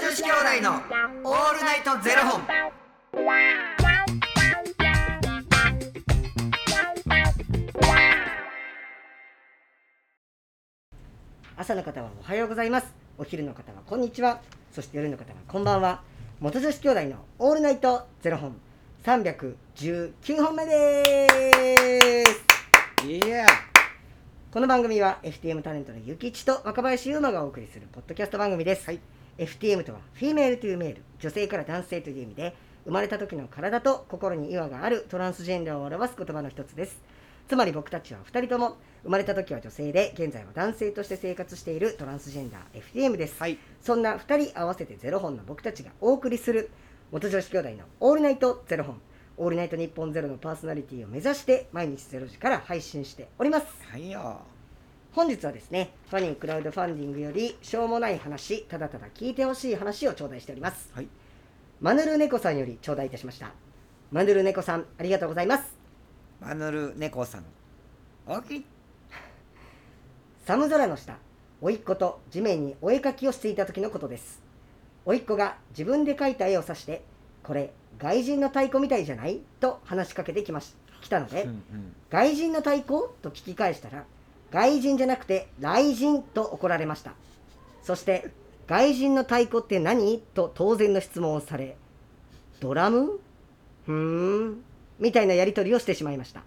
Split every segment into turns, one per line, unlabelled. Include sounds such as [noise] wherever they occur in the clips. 子兄弟のオールナイトゼロ本。
朝の方はおはようございますお昼の方はこんにちはそして夜の方はこんばんは元女子兄弟のオールナイトゼロ本319本目です
いや
この番組は FTM タレントのゆきちと若林優馬がお送りするポッドキャスト番組です、FTM とはフィメールというメール女性から男性という意味で生まれた時の体と心に違和があるトランスジェンダーを表す言葉の一つですつまり僕たちは2人とも生まれた時は女性で現在は男性として生活しているトランスジェンダー FTM です、
はい
そんな2人合わせてゼロ本の僕たちがお送りする元女子兄弟のオールナイトゼロ本オールナイト日本ゼロのパーソナリティを目指して毎日ゼロ時から配信しております
はいよ
本日はですねファニークラウドファンディングよりしょうもない話ただただ聞いてほしい話を頂戴しております
はい
マヌルネコさんより頂戴いたしましたマヌルネコさんありがとうございます
マヌル猫さんおき
寒空の下甥っ子と地面にお絵かきをしていた時のことです甥っ子が自分で描いた絵を指してこれ外人の太鼓みたいじゃないと話しかけてきまし来たので、
うんうん
外人の太鼓と聞き返したら外人じゃなくて雷人と怒られましたそして外人の太鼓って何と当然の質問をされドラムふーんみたいなやり取りをしてしまいました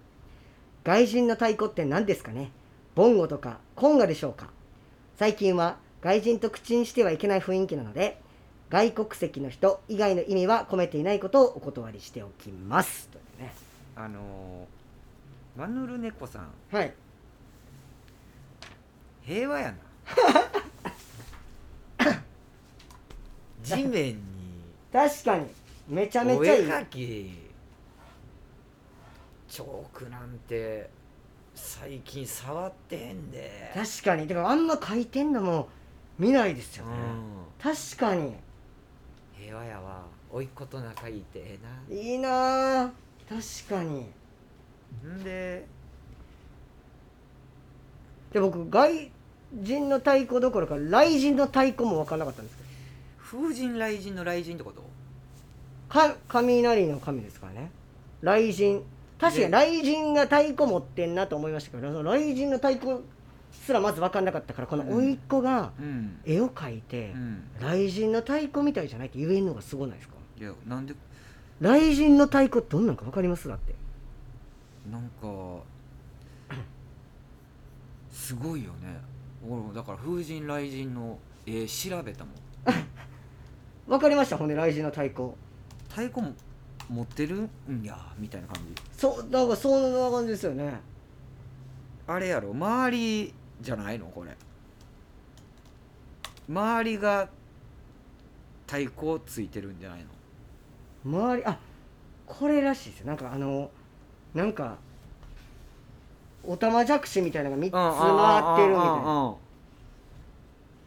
外人の太鼓って何ですかねボンゴとかコンガでしょうか最近は外人と口にしてはいけない雰囲気なので外国籍の人以外の意味は込めていないことをお断りしておきますというね
あのー、マヌル猫さん
はい
平和やな [laughs] 地面に
確かにめちゃめ
お
ちゃ
絵
いい
描きチョークなんて最近触ってへんで
確かにでもあんま書いてんのも見ないですよ
う
ね、
ん
確かに
平和やわ甥っ子と仲いいってええ
いいなあ確かに
なんで
で僕外人の太鼓どころか雷人の太鼓も分かんなかったんですけど
風神雷神の雷神ってこと
か雷の神ですからね雷神確かに
ね
雷神が太鼓持ってんなと思いましたけどその雷神の太鼓すらまず分かんなかったからこの甥っ子が
うん
絵を描いて
うん
雷神の太鼓みたいじゃないって言えんのがすごないですか
いやなんで
雷神の太鼓どんなんか分かりますだって
なんかすごいよね俺もだから風神雷神の絵調べたもん
わかりましたほんで雷神の太鼓
太鼓も持ってるんやみたいな感じ
そうなんかそんな感じですよね
あれやろ周りじゃないのこれ周りが太鼓ついてるんじゃないの
周りあこれらしいですよなんかあのなんかおたまじゃくしみたいなのが3つ回ってるみたいな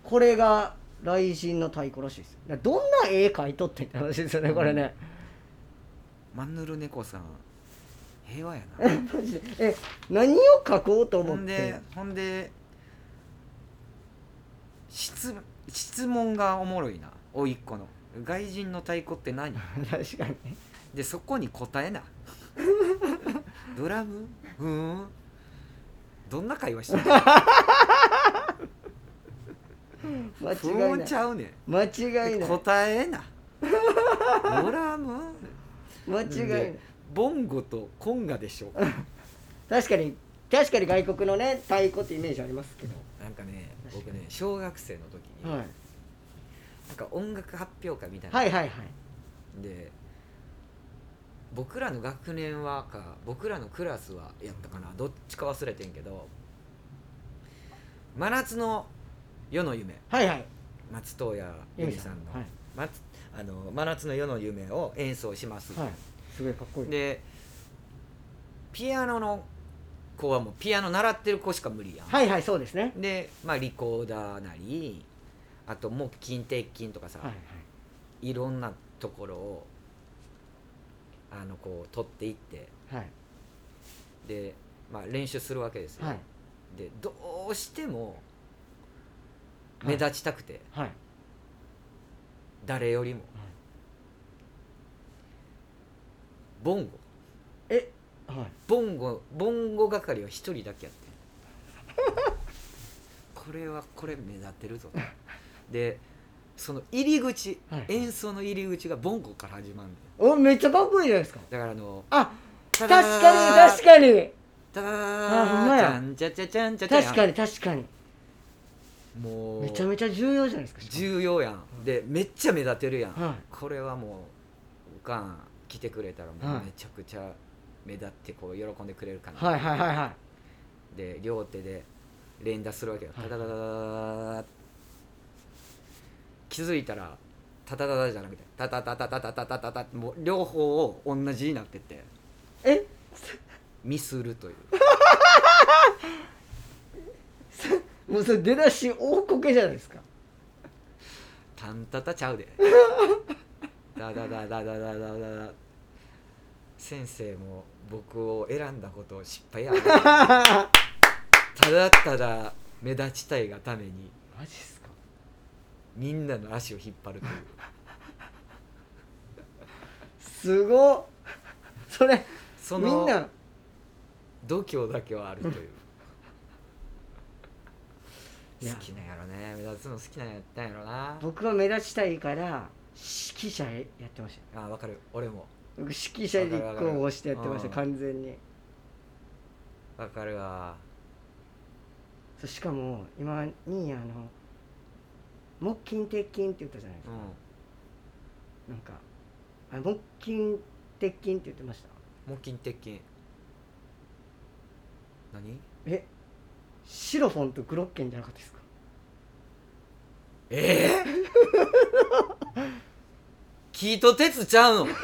これが雷神の太鼓らしいですよだからどんな絵描いとってって話ですよねこれね、
マンヌル猫さん平和やな
マジで [laughs] え何を描こうと思
ほ
っ
ん
て
でほんで質質問がおもろいなおいっ子の外人の太鼓って何
確かにね
でそこに答
[laughs]
えなドラムふーんどんな会話し
[laughs]
てんの
間違い
ふー
なんい
ちゃうね
間違い
ん
ない
答えなドラム
間違いない
でボンゴとコンガで
[laughs]
しょな
確かに確かに外国のね太鼓ってイメージありますけど、
んかね僕ね小学生の時に、
はい、
なんか音楽発表会みたいな
はいはいはい
で僕らの学年はか僕らのクラスはやったかなどっちか忘れてんけど「真夏の夜の夢
はいはい」
松任谷
ゆ
由
み
実さんの
はい
松あの「真夏の夜の夢」を演奏します、
はいすごいかっこいい
でピアノの子はもうピアノ習ってる子しか無理やん、
はいはいそうですね
で、まあ、リコーダーなりあと木琴鉄琴とかさ、
はいはい
いろんなところをあのこう取っていって
はい
で、まあ、練習するわけですよ、
はい
でどうしても
はい
目立ちたくて、
はい
誰よりも、ボンゴ
えはい
ボンゴボンゴ係は一人だけやってんこれはこれ目立ってるぞでその入り口、
はい
演奏の入り口がボンゴから始まるんだよ
おめっちゃかっこいいじゃないですか
だからあの
あ
確
確かに確かに
ダダ
あほんま
ダ
や
ダーンチャチャチャンチャチャ
確か
に
に確かに
もう
めちゃめちゃ重要じゃないですか
重要やんでめっちゃ目立てるやん、
はい
これはもうおかん来てくれたらも
は
う
い
めちゃくちゃ目立ってこう喜んでくれるかな、
はいはいはいは
で両手で連打するわけよ、
はい
タタタタタタ気づいたらタタタタじゃなくてタタタタタタタタタタもう両方を同じになってて
いえ
ミスるという
もうそれ出だし大こけじゃないですか
タンタタちゃうでダダダダダダダダダ先生も僕を選んだことを失敗やただただ目立ちたいがために
マジっすか
みんなの足を引っ張るという
すごっそれ
そ
みん
の
な
度胸だけはあるという
いや
好きなんやろね目立つの好きなんやったんやろな
僕は目立ちたいから指揮者やってましたよ
あ分かる俺も
僕指揮者に立候補してやってました
わか
完全に
分かるわ
そうしかも今にあの木琴鉄琴って言ったじゃないです
う
か、
ん
なんかあ木琴鉄琴って言ってました
木琴鉄筋何
えシロフォンとグロッケンじゃなかったですか
ええ [laughs] 木と鉄ちゃうの [laughs]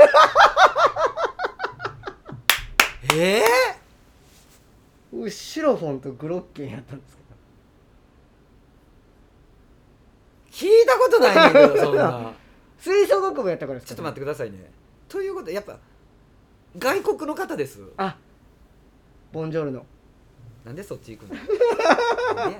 ええ
僕シロフォンとグロッケンやったんですけど
聞いたことないねんけどそん [laughs] な
吹奏楽部やったからです
ちょっ
かね、
と待ってくださいねということでやっぱ外国の方です
あボンジョルノ
なんでそっち [laughs] 行くのなんでやね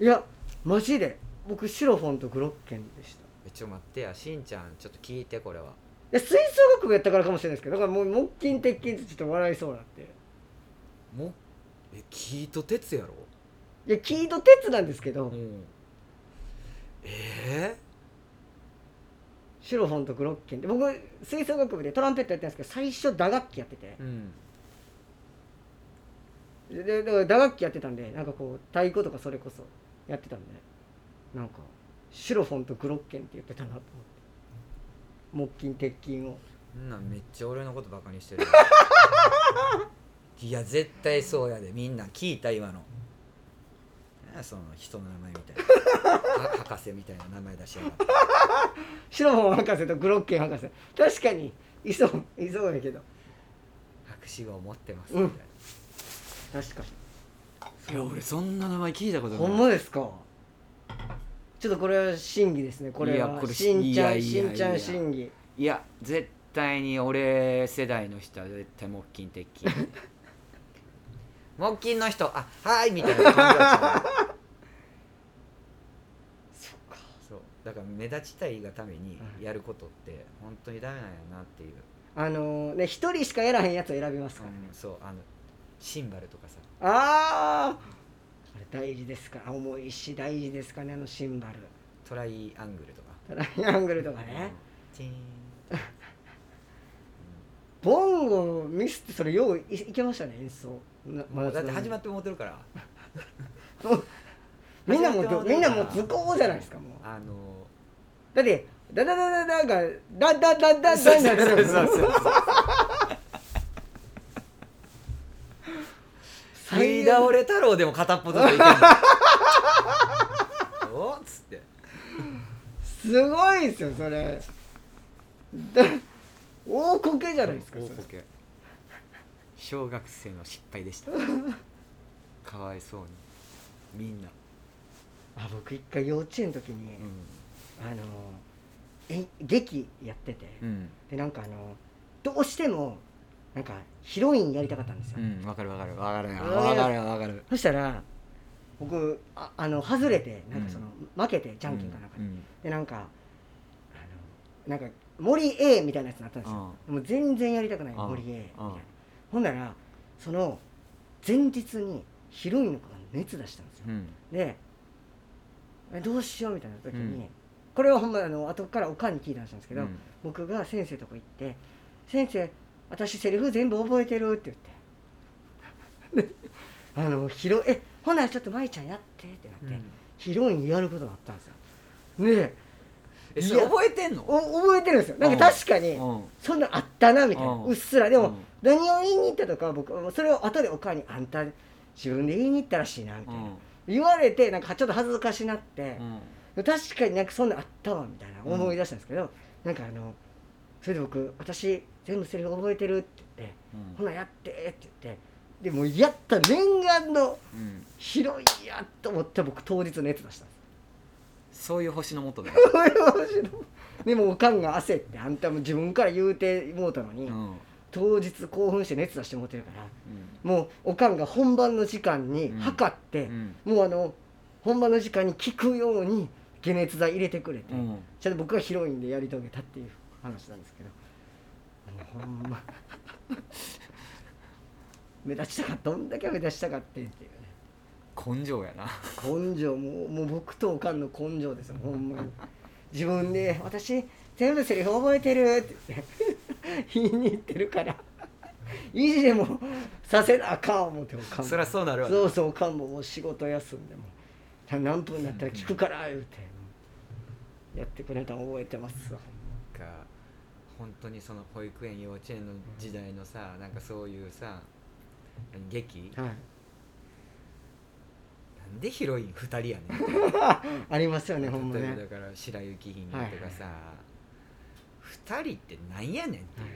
ん
いやマジで僕シロフォンとグロッケンでした
えちょっと待ってやしんちゃんちょっと聞いてこれは
で吹奏楽部やったからかもしれないですけどだからもう木琴鉄琴ってちょっと笑いそうになって
もえ木と鉄やろ
いやキーと鉄なんですけど、
んえ
シュロフォンとグロッケンで僕吹奏楽部でトランペットやってたんですけど最初打楽器やってて
えうん
でで打楽器やってたんでなんかこう太鼓とかそれこそやってたんでなんかシュロフォンとグロッケンって言ってたなと思って木琴鉄琴を
そんなんめっちゃ俺のことバカにしてる [laughs] いや絶対そうやでみんな聞いた今のなんやその人の名前みたいなは博士みたいな名前出しやがって
シュロフォン博士とグロッケン博士確かにいそういそうやけど
博士号持ってますみたいな、
確かに
いや俺そんな名前聞いたこと
ほんまですかちょっとこれは審議ですねこれ
いや
は
これ
しんちゃん
いや
し
いやいや
んちゃん審議
いや絶対に俺世代の人は絶対木琴鉄筋 [laughs] 木琴の人あはいみたいな感じ [laughs] だった
そっか
そうだから目立ちたいがために
はい
やることって本当にダメなんやなっていう、
あのね一人しかやらへんやつを選びますから、
うんそうあのシンバルとかさ
あああれ大事ですか重いし大事ですかねあのシンバル
トライアングルとか
トライアングルとかね
チーン
ボンゴミスってそれよういいけましたね演奏な
もうだって始ま
っ
って思ってるから
みんなも
始まっ
う
て
みんなもう図工じゃないですかもう
あの
だってダダダダダがダダダダダ
そう
になってる
そうそうそう食
最
い倒
悪
れ太郎でも片っぽずついけんのおっつって
すごいですよそれだ大こけじゃないですかそれ
大ボケ小学生の失敗でしたかわいそうにみんな、
あ僕一回幼稚園の時に、
う
あのえ劇やってて、
ん
でなんかあのどうしてもなんかヒロインやりたかったんですよ、
うんわかるわかるわかるよ
わか
わ
ります
かるよわかる
そしたら僕ああの外れてなんかその、負けてジャンキンかなんかで、
うん
でなんかなんか森 A みたいなやつになったんですよ、
う
もう全然やりたくない、
うん
森 A みたいな、
うん
ほんならその前日にヒロインの子が熱出したんですよ
ん
でえどうしようみたいな時に、
うん
これはほんまあの後からおかんに聞いた話なんですけど、
うん
僕が先生とこ行って「先生私セリフ全部覚えてる」って言
[laughs]
ってであのヒロえほなちょっと舞ちゃんやってってなって、
うん
ヒロインやることになったんですよね
えそれ覚えてん
え
の
お覚えてるんですよなんか確かに、
うん
そんなあったなみたいな、
う
うんっすらでも、
うん
何を言いに行ったとかは僕それを後でおかんに「あんた自分で言いに行ったらしいな」みたいな、言われてなんかちょっと恥ずかしなって
う、ん
確かになんかそんなんあったわみたいな
うん
思い出したんですけど、なんかあのそれで僕「私全部セリフ覚えてる」って言って
う
「
ん
ほなやって」って言ってでもうやった念願の
うん
広いやと思って僕当日熱出したんです [laughs]
そういう星のもとだよ、
でもおかんが焦ってあんたも自分から言うてもうたのに、
うんうん
当日興奮して熱出してもうてるからもうおかんが本番の時間に
うん
測って、
うん
もうあの本番の時間に聞くように解熱剤入れてくれて、
うん
ちゃんと僕はヒロインでやり遂げたっていう話なんですけどもうほんま [laughs] 目立ちたかったどんだけ目立ちたかってんっていうね
根性やな
根性もうもう僕とおかんの根性ですよほんまに自分で「私全部セリフ覚えてる」って [laughs] 言って言いに行ってるから意地でもさせなあかん思っておかんも
そりゃそうなるわな
そうそうおかんももう仕事休んでも何分だったら聞くから言うてやってくれたの覚えてますわ
なんか本当にその保育園幼稚園の時代のさなんかそういうさ何劇な
はい [laughs]
んでヒロイン2人やねん
ありますよ [laughs] ねほんま
例
ね
え
はい
ばだから白雪姫とかさ、2人ってなんやねんって
はい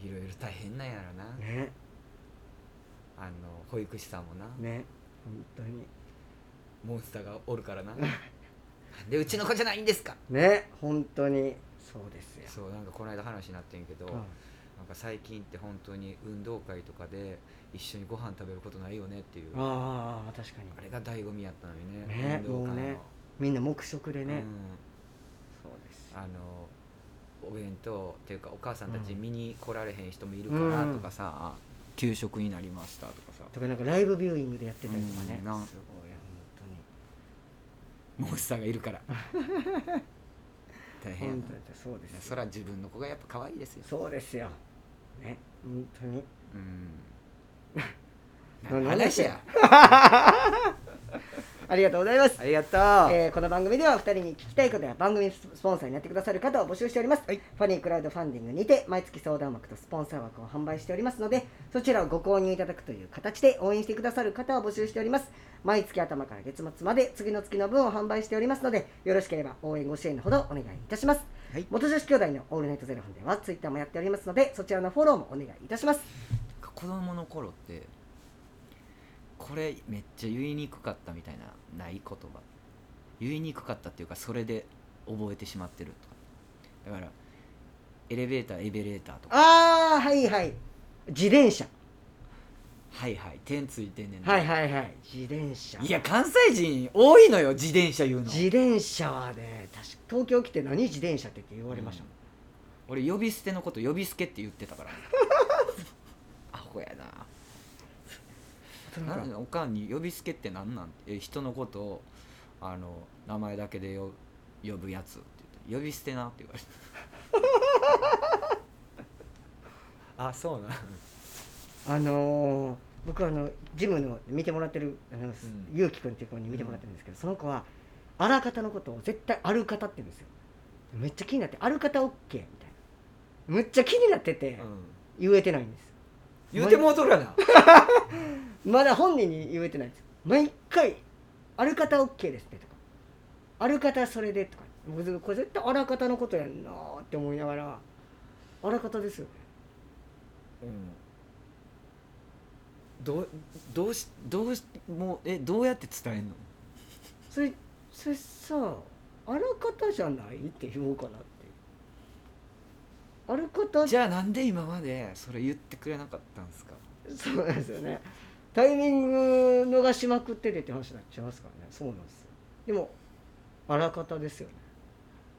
いろいろ大変なんやろな、
はいはいね
あの保育士さんもな、
ね本当に
モンスターがおる
[laughs]
からなでうちの子じゃないんですか
ね本当にそうですよ
そうなんかこの間話になってんけど、
うん
なんか最近って本当に運動会とかで一緒にご飯食べることないよねっていうあ
ああ確かに
れが醍醐味やったのにね
ね
運動会の
もうねみんな黙食で
うん
ね、そうです
あのお弁当っていうかお母さんたち
うん
見に来られへん人もいるから
うん
とかさ、給食になりましたとかさ
とかなんかライブビューイングでやってたりとかね、
うんなん
すごい本
モンスターがいるから
[laughs]
大
当に
変や
本
な
当にそうです
そ
よ
ら自分の子がやっぱ可愛いですよ
そうですよね本当に
うん
[laughs] な
話や
ありがとうございます、
ありがとう
えーこの番組では2人に聞きたいことや番組スポンサーになってくださる方を募集しております、
はい
ファニークラウドファンディングにて毎月相談枠とスポンサー枠を販売しておりますのでそちらをご購入いただくという形で応援してくださる方を募集しております毎月頭から月末まで次の月の分を販売しておりますのでよろしければ応援ご支援のほどお願いいたします
はい
元女子兄弟のオールナイトゼロ本ではツイッターもやっておりますのでそちらのフォローもお願いいたします
子供の頃ってこれめっちゃ言いにくかったみたいなない言葉言いにくかったっていうかそれで覚えてしまってるとかだからエレベーターエベレーターとか
ああはいはい自転車
はいはい点ついてんねんな
はいはいはい自転車
いや関西人多いのよ自転車言うの
自転車はね確か東京来て何自転車ってって言われましたもん、
俺呼び捨てのこと呼び捨けって言ってたから
[laughs]
アホやな
その
な
頃
んでおかんに呼びつけってなんなんえ人のことをあの名前だけでよ呼ぶやつって言って呼び捨てなって言われた [laughs] あそうな
あのー僕あのジムの見てもらってるあの、
ん
ゆうきくんっていう子に見てもらってるんですけど、その子はあらかたのことを絶対あるかたって言うんですよめっちゃ気になってあるかた OK みたいなめっちゃ気になってて、言えてないんです
言うてもうとるやな
まだ本人に言えてないんですよ毎回「ある方 OK ですね」とか「ある方それで」とか僕ずっとこれ絶対あらかたのことやんなーって思いながら「あらかたですよね
うんどうどうしどうしもうえどうやって伝えんの
それそれさあらかたじゃない?」って言おうかなってあらかた
じゃあなんで今までそれ言ってくれなかったんですか
そうなんですよねタイミング逃しまくっててって話になっちゃいますからねそうなんですよでもあらかたですよね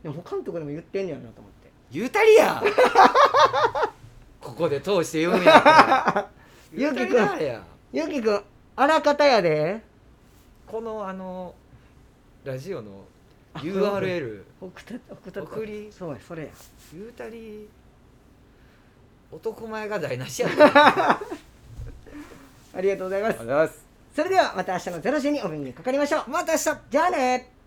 でも他のとこでも言ってんねやろなと思って
言うたりや [laughs] ここで通して言うんや
[laughs]
[laughs] から
ゆうきくん
言うたりやあれや
ゆうきくんあらかたやで
このあのラジオの
あ
URL
送った送った
送り
そうやそれや
言うたり男前が台無しやな
ありがとうございます
とうございます
それではまた明日の0時にお目にかかりましょうまた明日じゃあね